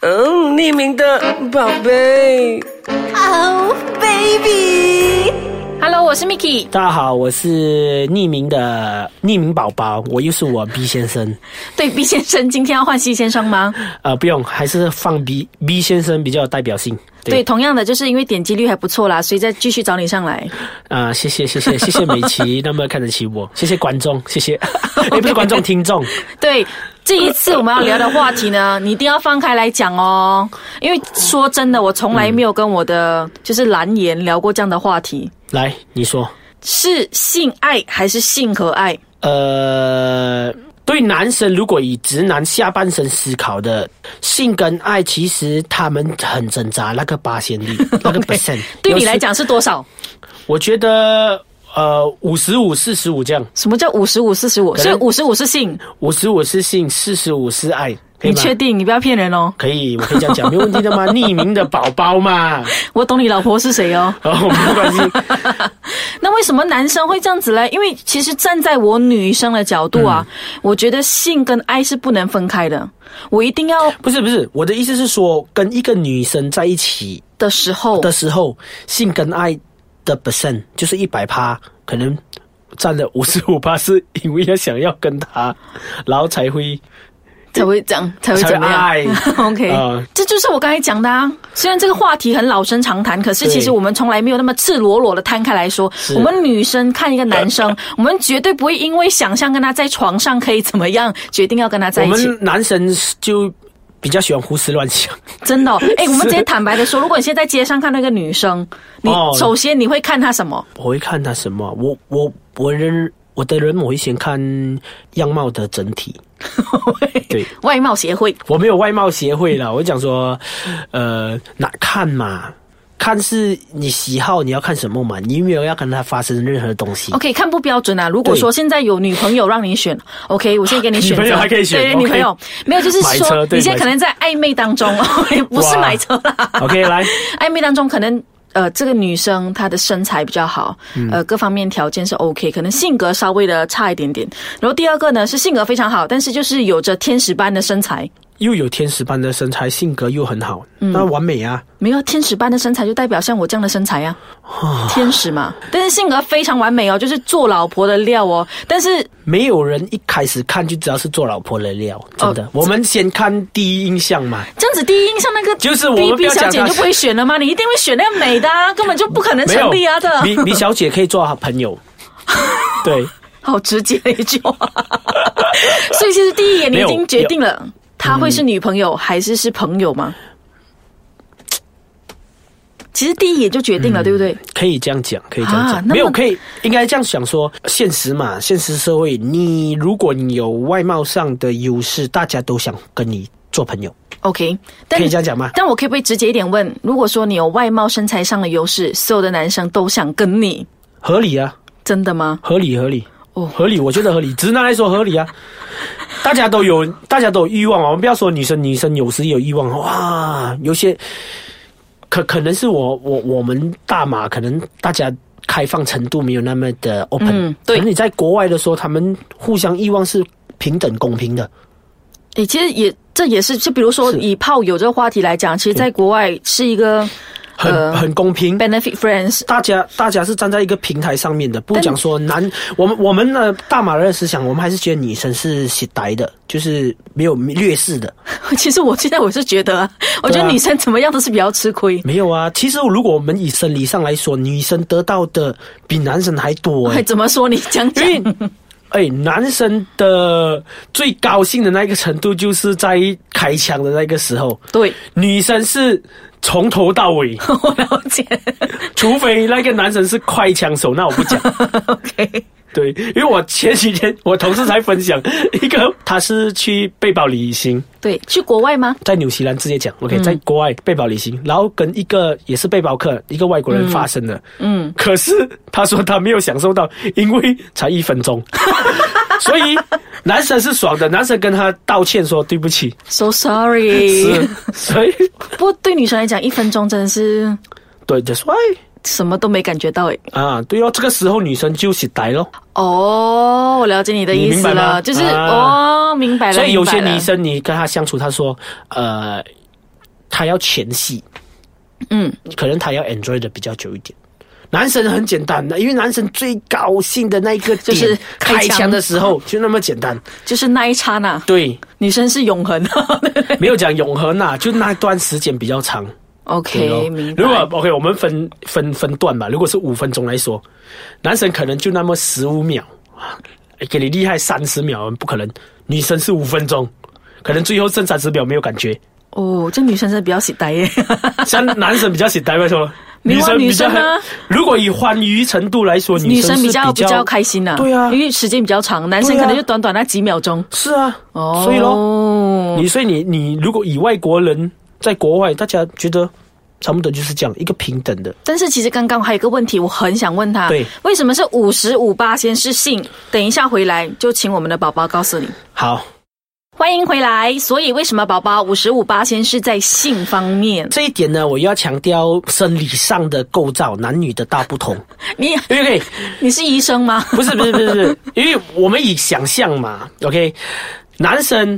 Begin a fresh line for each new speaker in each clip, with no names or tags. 嗯，匿名的宝贝。
Oh baby，
Hello，我是 Miki。
大家好，我是匿名的匿名宝宝，我又是我 B 先生。
对，B 先生， 今天要换 C 先生吗？
呃，不用，还是放 B B 先生比较有代表性。
对，，同样的，就是因为点击率还不错啦，所以再继续找你上来。
啊、谢谢谢谢谢谢美 琪那么看得起我，谢谢观众，谢谢，也不是观众，听众，
对，这一次我们要聊的话题 呢，你一定要放开来讲哦，因为说真的，我从来没有跟我的就是蓝颜聊过这样的话题，
来你说，
是性爱还是性和爱？
呃，对男生如果以直男下半身思考的性跟爱，其实他们很挣扎，那个八仙率，那个 percent，
对你来，讲是多少？
有时我觉得呃五十五四十五这样，
什么叫五十五四十五？
可
所以
能
五十五是性，
五十五是性，四十五是爱，可以
你
吗？
确定？你不要骗人哦。
可以，我可以这样讲，没问题的 嘛，匿名的宝宝嘛，
我懂你老婆是谁哦。
哦，没关系。
那为什么男生会这样子嘞？因为其实站在我女生的角度啊，
嗯
我觉得性跟爱是不能分开的。我一定要
不是不是，我的意思是说，跟一个女生在一起
的时候，
的时候，性跟爱的 percent 就是一百趴，可能占了五十五趴，是因为要想要跟她，然后才会
才会这样，才会这
才
样。
会爱
OK，、
呃
这就是我刚才讲的啊。虽然这个话题很老生常谈，可是
对
其实我们从来没有那么赤裸裸的摊开来说。我们女生看一个男 生，我们绝对不会因为想象跟他在床上可以怎么样，决定要跟他在
我
一起。
们男生就比较喜欢胡思乱想，
真 的、哦，哎、我们直接坦白的说，如果你现在在街上看到一个女生，你
哦
首先你会看她什么？
我会看她什么，我我我人我的人我会先看样貌的整体， 对。
外貌协会
我没有外貌协会啦，我讲说，呃，哪看嘛？看是你喜好，你要看什么嘛？你有没有要跟他发生任何东西。
，OK，看不标准啊。如果
对
说现在有女朋友让你选，OK，我现在给你选择，
女朋友还可以选
对，
OK
女朋友没有，就是
买
说
车对
你现在可能在暧昧当中， 不是
哇
买车啦
OK，来，
暧昧当中可能。呃，这个女生她的身材比较好，
嗯
呃，各方面条件是 OK，可能性格稍微的差一点点。然后第二个呢是性格非常好，但是就是有着天使般的身材，
又有天使般的身材，性格又很好，
嗯
那完美啊！
没有天使般的身材，就代表像我这样的身 材呀、啊，天使嘛。但是性格非常完美哦，就是做老婆的料哦。但是
没有人一开始看就知道是做老婆的料，真的。
哦
我们先看第一印象嘛。
这样子第一印象那个
就是我们
B
不
B
要
小
讲
姐
她
就不会选了吗？你一定会选那个美的、 啊，根本就不可能
没
成
有
立啊的。
米米小姐可以做好 朋友。对，
好直接的一句话， 所以其实第一眼你
没
已
有
经决定了，她会是女朋友还是是朋友吗？其实第一眼就决
嗯
定了，对不对？
可以这样讲，可以这样讲，
啊那么
没有可以应该这样想说，现实嘛，现实社会，你如果你有外貌上的优势，大家都想跟你做朋友，
OK，但
可以这样讲吗？
但我可不可以直接一点问？如果说你有外貌身材上的优势，所有的男生都想跟你，
合理啊，
真的吗？
合理合理
哦
合理，我觉得合理，直男来说 合理啊。大家都有，大家都有欲望啊。我们不要说女生，女生有时也有欲望啊哇。有些可可能是我我我们大马，可能大家开放程度没有那么的 open。
嗯对
可能你在国外的时候，他们互相欲望是平等公平的。
诶，其实也这也是，就比如说
是
以炮友这个话题来讲，其实在国外是一个
很、
呃
很公平。
benefit friends。
大家大家是站在一个平台上面的，不
但
讲说
嗯
男，我们我们的大马人的思想，我们还是觉得女生是洗白的，就是没有劣势的。
其实我现在我是觉得啊，我觉得女生怎么样都是比较吃亏，
没有啊，其实如果我们以生理上来说，女生得到的比男生还多、
还
欸。
怎么说？你讲讲。
因为哎，男生的最高兴的那个程度，就是在开枪的那个时候。
对，
女生是从头到尾，
我了解。
除非那个男生是快枪手，那我不讲。
OK，
对，因为我前几天我同事才分享一个，他是去贝堡旅行，
对，去国外吗？
在纽西兰直接讲，OK，、在国外贝堡旅行，然后跟一个也是背包客，一个外国人发生的，嗯，可是他说他没有享受到，因为才一分钟，所以男生是爽的，男生跟他道歉说对不起，
So sorry，
是，所以
不过对女生来讲，一分钟真的是
对，that's why
什么都没感觉到诶。
啊，对哦，这个时候女生就起呆咯。
哦，我了解你的意思
你明白
了，
吗
就是、
啊
哦，明白了。
所以有些
明白了
女生你跟她相处，她说，呃，他要前戏，嗯，可能他要 enjoy 的比较久一点。男生很简单的，因为男生最高兴的那一个点
就是开
开
枪
枪的时候就那么简单，
就是那一刹那，
对，
女生是永恒的。
没有讲永恒呐、就那段时间比较长。对
OK，
咯
明白。
如果 OK，我们分分分段吧。如果是五分钟来说，男生可能就那么十五秒，啊给你厉害三十秒不可能。女生是五分钟，可能最后剩三十秒没有感觉。
哦，这女生是比较喜呆 耶。
像男生比较喜呆，为什么？
没有啊
比较
女生呢
如果以欢愉程度来说，
女
生
生
是
比较
比
比较开心呐、
对啊
因为时间比较长，男生
对啊
可能就短短那几秒钟。
是啊，
哦，
所以咯，你所以你你如果以外国人在国外，大家觉得差不多就是这样一个平等的，
但是其实刚刚还有一个问题，我很想问他，
对
为什么是五十五八先是性？等一下回来就请我们的宝宝告诉你。
好。
欢迎回来。所以为什么宝宝五十五八先是在性方 面？
这一点呢，我又要强调生理上的构造，男女的大不同。
你
因为
你是医生 吗？
不是不是不是，不是， 因为我们以想象嘛，OK，男生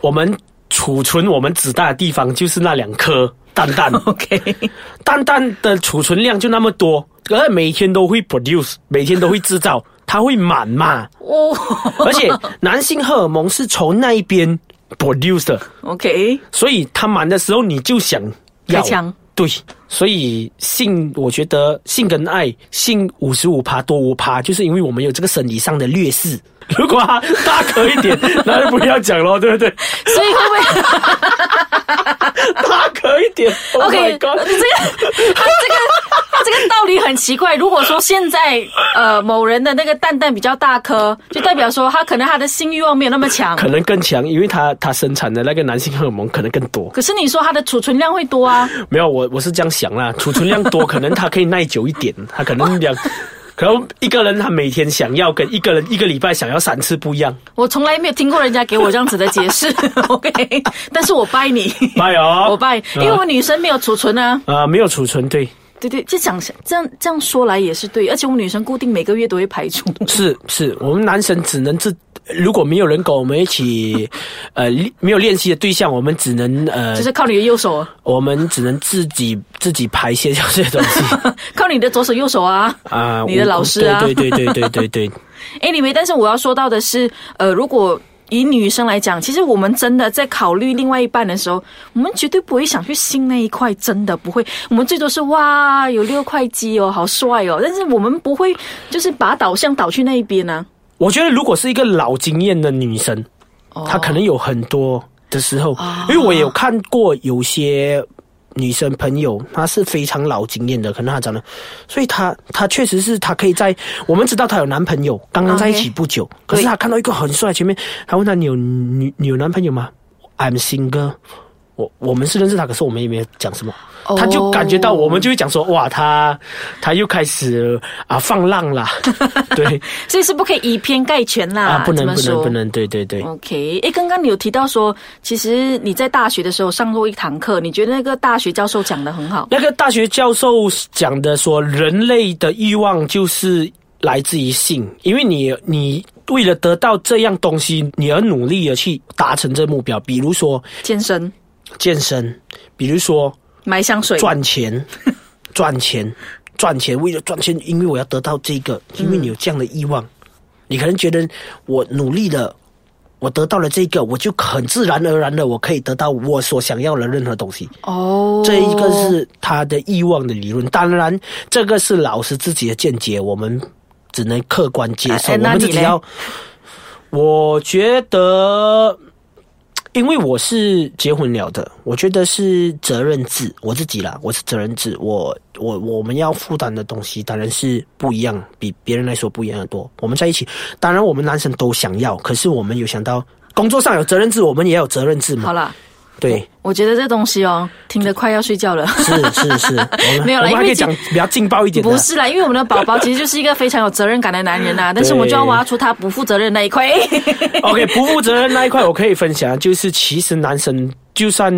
我们储存我们子弹的地方就是那两颗蛋蛋，
OK，
蛋蛋的储存量就那么多，而每天都会 produce，每天都会 制造，它会满嘛。
哦
而且男性荷尔蒙是从那一边 produce 的，
，OK，
所以他满的时候你就想要
开枪。
对，所以性，我觉得性跟爱，性五十五趴多五趴，就是因为我们有这个生理上的劣势。 如果他大颗一点，那就不要 讲了，对不对？
所以会不会？
大颗一点，Oh
OK，
my
这个
god！
他这个 他这个道理很奇怪。如果说现在呃某人的那个蛋蛋比较大颗，就代表说他可能他的性欲望没有那么强。
可能更强，因为他他生产的那个男性荷尔蒙可能更多。
可是你说他的储存量会多啊？
没有，我我是这样 想啦，储存量多，可能他可以耐久一点，他可能两，可能一个人他每天想要跟一个人一个礼拜想要三次不一样。
我从来没有听过人家给我这样子的解释。OK，但 是我拜你，
拜哦，
我拜，因为我女生没有储存啊。
啊、没有储存，对，
对对，这讲这样这样说来也是对，而且我们女生固定每个月都会排 出。
是是，我们男生只能自，如果没有人跟我们一起，呃，练没有练习的对象，我们只能呃，
就是靠你的右手，啊
我们只能自己自己排泄掉这些东 西
靠你的左手右手啊！
啊。
你的
我
老师啊
对对对对对对对，
Anyway，但是我要说到的是，呃，如果以女生来讲，其实我们真的在考虑另外一半的时候，我们绝对不会想去性那一块，真的不会。我们最多是哇，有六块肌哦，好帅哦，但是我们不会就是把导向导去那一边啊呢、
我觉得如果是一个老经验的女生，她可能有很多的时候，因为我有看过有些。女生朋友，她是非常老经验的，可能她长得，所以她她确实是她可以在我们知道她有男朋友，刚刚在一起
OK
不久可是她看到一个很帅，前面她问他你有你你有男朋友吗？I'm single 我。我们是认识他，可是我们也没有讲什么，
哦
他就感觉到我们就会讲说哇，他他又开始啊放浪啦，对，
所以是不可以以偏概全啦。
啊，不
这
能
么
不能
说哦
不。能，对对对，
OK，诶，刚刚你有提到说，其实你在大学的时候上过一堂课，你觉得那个大学教授讲的很好。
那个大学教授讲的说，人类的欲望就是来自于性，因为你你为了得到这样东西，你而努力的去达成这目标，比如说
健身、
健身，比如说
买香水，
赚钱， 赚钱，赚钱，为了赚钱，因为我要得到这个，因为你有这样的欲望，你可能觉得我努力了。我得到了这个，我就很自然而然的，我可以得到我所想要的任何东西。
哦，
这一个是他的欲望的理论，当然这个是老师自己的见解，我们只能客观接
哎哎
受，我
那
们
你
自己
嘞
要。我觉得，因为我是结婚了的，我觉得是责任制，我自己啦，我是责任制，我我我们要负担的东西当然是不一样，比别人来说不一样的多。我们在一起，当然我们男生都想要，可是我们有想到工作上有责任制，我们也有责任制
好
嘛，
啦。
对。
我觉得这东西哦，听得快要睡觉了。
是是是，我们
没有啦因
我们还可
为
以讲比较劲爆一点 的。
不是啦，因为我们的宝宝其实就是一个非常有责任感的男人啊呐、但是我就要挖出他不负责任那一块。
OK，不负责任那一块我可以分享，就是其实男生就算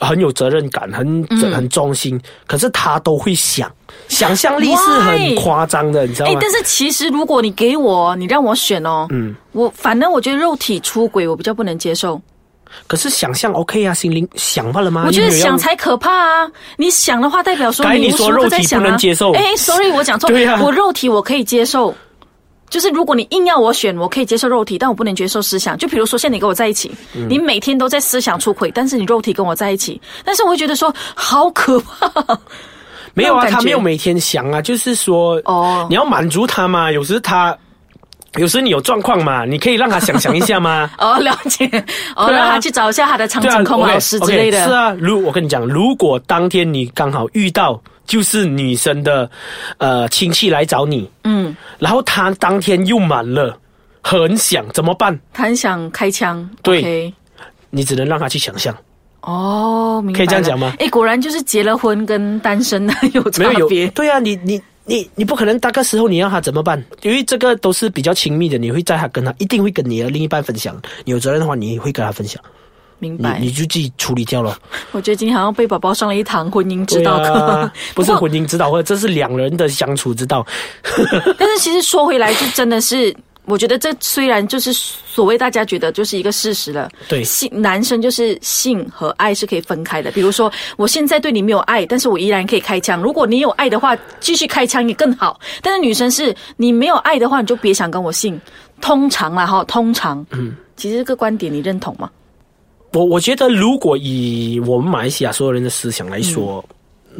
很有责任感、很
嗯
很忠心，可是他都会想，想象力是
Why？
很夸张的，你知道
哎、
吗？
但是其实如果你给我，你让我选哦，嗯，我反正我觉得肉体出轨我比较不能接受，
可是想象 OK 啊，心灵想罢了吗？
我觉得
你没有要
想才可怕啊！你想的话，代表说
该你
无时
说
无刻
肉
在
体
想
不
啊
能接受
哎，sorry，我讲错，
对啊
我肉体我可以接受。就是如果你硬要我选，我可以接受肉体，但我不能接受思想。就比如说，现在你跟我在一起，
嗯
你每天都在思想出轨，但是你肉体跟我在一起，但是我会觉得说好可怕。
没有
那种
啊，
感
他没有
觉
每天想啊，就是说，
哦。
你要满足他嘛，有时他。有时你有状况嘛，你可以让他想想一下嘛
哦，了 解。哦，
对啊
让他去找一下他的长
对啊
颈控
OK，
老师之类
OK，是
的。
啊，如我跟你讲，如果当天你刚好遇到就是女生的呃亲戚来找你，
嗯，
然后他当天又满了，很想怎么办？
他很想开枪。
对
OK
你只能让他去想象。
哦，明白了。
可以这样讲吗
哎，果然就是结了婚跟单身的 有差
没
别。
有有对啊，你你你你不可能大个时候你让他怎么办？因为这个都是比较亲密的，你会在他跟他一定会跟你的另一半分享。你有责任的话，你会跟他分享，
明
你
白。
你就自己处理掉了。
我觉得今天好像被宝宝上了一堂婚姻指导课，
对 啊不是
过
婚姻指导课，这是两人的相处之道。
但是其实说回来，就真的是。我觉得这虽然就是所谓大家觉得就是一个事实了，
对
性男生就是性和爱是可以分开的。比如说，我现在对你没有爱，但是我依然可以开枪。如果你有爱的话，继续开枪也更好。但是女生是你没有爱的话，你就别想跟我性。通常啦哈，通常，嗯，其实这个观点你认同吗？
我我觉得，如果以我们马来西亚所有人的思想来说，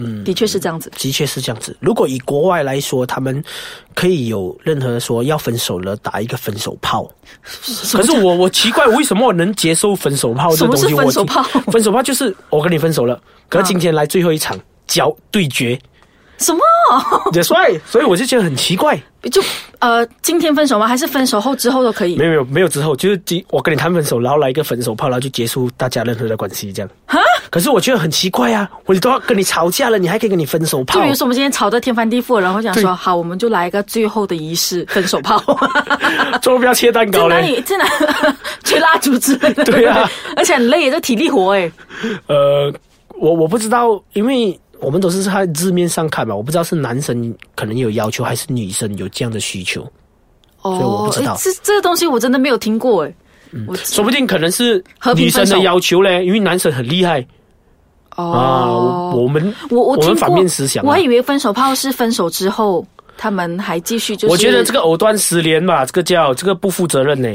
嗯的确是这样子。
的确是这样子。如果以国外来说，他们可以有任何说要分手了打一个分手炮。可是我我奇怪，为什么我能接受分手炮这个东西？
什么是分手炮
我听分手炮就是我跟你分手了，可是今天来最后一场交对 决，
什么？
也帅，所以我就觉得很奇怪。
就呃，今天分手吗？还是分手后之后都可以？
没有没有没有之后，就是今我跟你谈分手，然后来一个分手炮，然后就结束大家任何的关系这样。哈，可是我觉得很奇怪啊，我都要跟你吵架了，你还可以跟你分手炮
就比？如说我们今天吵得天翻地覆，然后想
对
说好，我们就来一个最后的仪式，分手 炮。
最后不要切蛋
在
糕
哪
嘞？
里？在 哪？吹蜡烛之类的。
对啊，
而且很累，也是体力活哎。
呃，我我不知道，因为我们都是在字面上看嘛，我不知道是男生可能有要求，还是女生有这样的需求，以我不知道
哦
嗯
诶这这个东西我真的没有听过哎。我
说不定可能是
和平
女生
分手
的要求嘞，因为男生很厉害啊。
哦，
我我们
我我听
们
过
反面思想、啊，
我还以为分手炮是分手之后他们还继续，就是
我觉得这个藕断丝连吧，这个叫这个不负责任呢、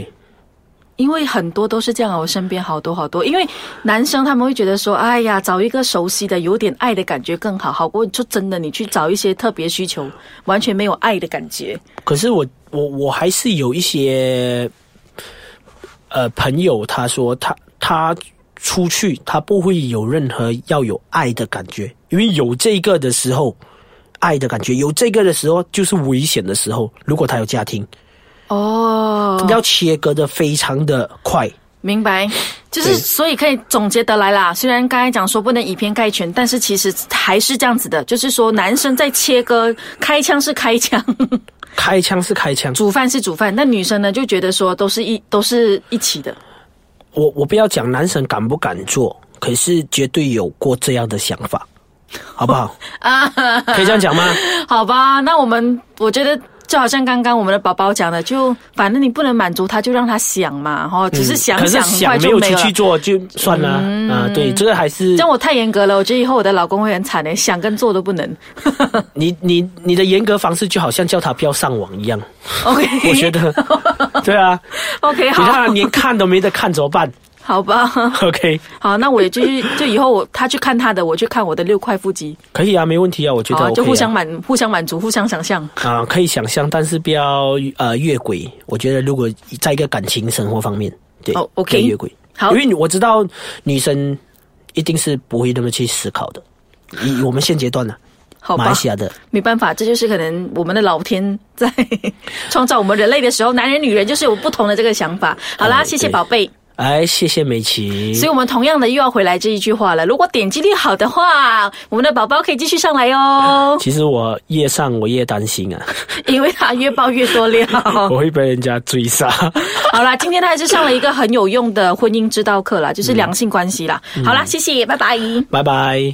因为很多都是这样啊，我身边好多好多，因为男生他们会觉得说，哎呀，找一个熟悉的、有点爱的感觉更好，好过就真的你去找一些特别需求，完全没有爱的感觉。
可是我我我还是有一些呃朋友，他说他他出去，他不会有任何要有爱的感觉，因为有这个的时候，爱的感觉有这个的时候就是危险的时候。如果他有家庭，
哦，
要切割的非常的快。
明白，就是
对
所以可以总结得来啦。虽然刚才讲说不能以偏概全，但是其实还是这样子的，就是说男生在切割，开枪是开枪，
开枪是开枪，
煮饭是煮饭，那女生呢就觉得说都是一都是一起的。
我我不要讲男神敢不敢做，可是绝对有过这样的想法，好不好？
啊，
可以这样讲吗？
好吧，那我们我觉得就好像刚刚我们的宝宝讲的，就反正你不能满足他，就让他想嘛，哈、只是想
嗯可是
想，很快
想没
就
有
没
出
有了嗯
去。做就算了啊。对，这个还是
这样我太严格了，我觉得以后我的老公会很惨的，想跟做都不 能。
你你你的严格方式就好像叫他不要上网一样，
OK，
我觉得，对啊，
OK
你让
好
他，连看都没得看怎么办
好吧，
？OK，
好，那我也继续，就以后我他去看他的，我去看我的六块腹肌，
可以啊，没问题啊，我觉
好
得
啊、
OK
就
啊
互相满互相满足，互相想象。
啊，可以想象，但是不要呃越轨。我觉得如果在一个感情生活方面，对
哦，OK
不要越轨，
好
因为我知道女生一定是不会那么去思考的。以以我们现阶段呢、啊
好
马
吧
来，西亚的
没办法，这就是可能我们的老天在 创造我们人类的时候，男人女人就是有不同的这个想法。好啦，
嗯
谢谢
对
宝贝。
哎，谢谢美琪。
所以我们同样的又要回来这一句话了。如果点击率好的话， 我们的宝宝可以继续上来 哦，
其实我越上我越担心啊，
因为他越爆越多料。
我会被人家追杀。
好啦，今天他还是上了一个很有用的婚姻之道课啦，就是良性关系啦。好啦，谢谢，拜拜。
拜拜。